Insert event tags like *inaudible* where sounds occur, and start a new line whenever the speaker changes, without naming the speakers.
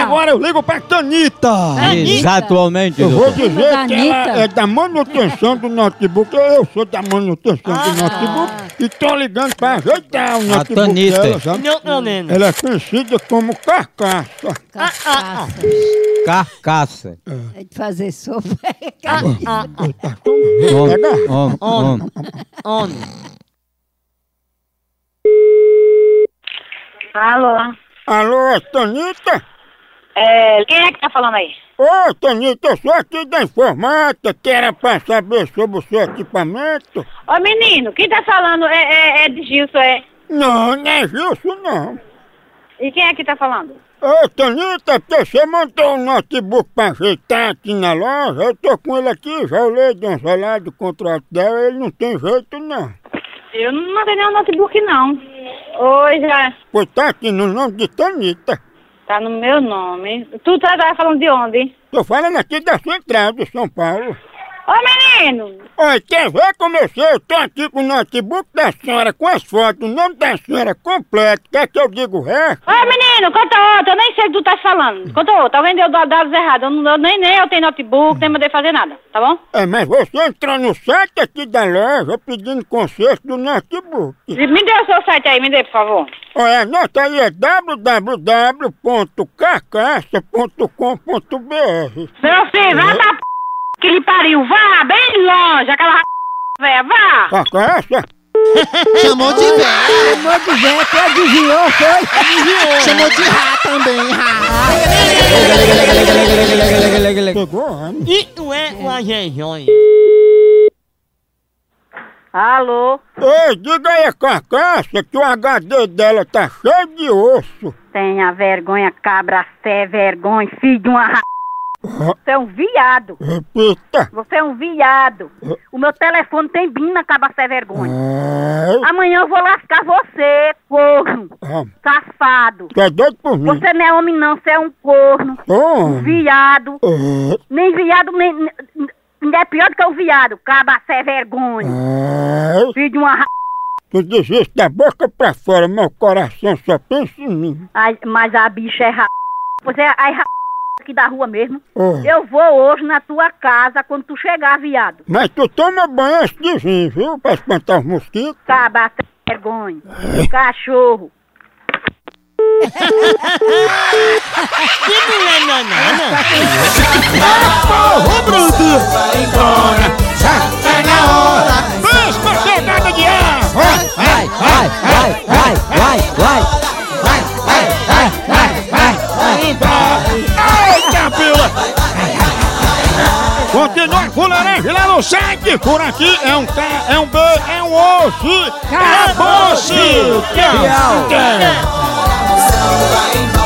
agora eu ligo pra Tanita.
Anitta.
Exatamente,
Eu vou
doutor.
dizer que ela
Anitta.
é da manutenção do notebook. Eu sou da manutenção do notebook e tô ligando pra ajeitar o notebook
Tanita.
dela, sabe?
Não, não, não. não.
Ela é conhecida como carcaça.
Cachaça.
Carcaça.
É de fazer sopa. *laughs*
Homem, homem, homem.
Homem.
Alô?
Alô, é Tanita?
É, quem é que tá falando aí?
Ô, Tanita, eu sou aqui da informática. Quero pra saber sobre o seu equipamento.
Ô menino, quem tá falando é, é, é de Gilson, é?
Não, não é isso, não.
E quem é que tá falando?
Ô, Tonita, porque você montou um notebook pra ajeitar aqui na loja? Eu tô com ele aqui, já olhei de um salário do contrato dela, ele não tem jeito não.
Eu não mandei nenhum notebook, não. Oi, já.
Pois tá aqui no nome de Tonita.
Tá no meu nome. Tu tá, tá falando de onde?
Tô falando aqui da Central de São Paulo.
Ô menino!
Oi, quer ver como eu sei? Eu tô aqui com o notebook da senhora, com as fotos, o nome da senhora completo. Quer que eu diga o resto?
Ô menino, conta outra, eu nem sei o que tu tá falando. Conta outra, alguém deu dados errados. Eu, não- eu nem, nem eu tenho notebook, nem mandei fazer nada, tá bom?
É, mas você entrou no site aqui da loja pedindo conserto do notebook.
Me dê o seu site aí, me dê, por favor.
Olha, anota aí, é www.carcaça.com.br.
Meu filho, vá pra p... que lhe pariu. Vá bem longe, aquela r... véia, vá!
Carcaça?
Chamou de velho.
Amor de velho, que adivinhou, foi?
Chamou de rá também, rá.
Lega, lega, lega.
Pegou, homem.
Isso é uma rejoinha.
Alô?
Ei, diga aí a carcaça que o HD dela tá cheio de osso.
Tenha vergonha, cabra, cé, vergonha, filho de uma ra... Você é um viado.
Repita.
Você é um viado. O meu telefone tem bina, cabra, cé, vergonha.
Ai,
Amanhã eu vou lascar você, corno,
ah,
safado.
tá doido por mim?
Você não é homem não, você é um corno,
Homem.
viado.
É,
Nem viado, nem... nem- Ainda é pior do que o viado, cabra, cé, vergonha,
ai,
filho de uma ra...
tu diz isso da boca pra fora, meu coração só pensa em mim.
Ai, mas a bicha é ra... Você é a ra... aqui da rua mesmo.
Oh,
Eu vou hoje na tua casa quando tu chegar, viado.
Mas tu toma banho antes de vir, viu? Pra espantar os mosquitos.
Caba, vergonha. Cachorro.
Que mulher nanana.
Ô, Bruto!
Tá na hora! Vamos pra chegada de ar!
Vai, vai, vai, vai, vai, vai. Vai, vai, vai, vai, vai.
Continua com o laranja lá no site. Por aqui é um K, é um B, é um osso. Acabou-se! Tchau! tchau.
vai embora.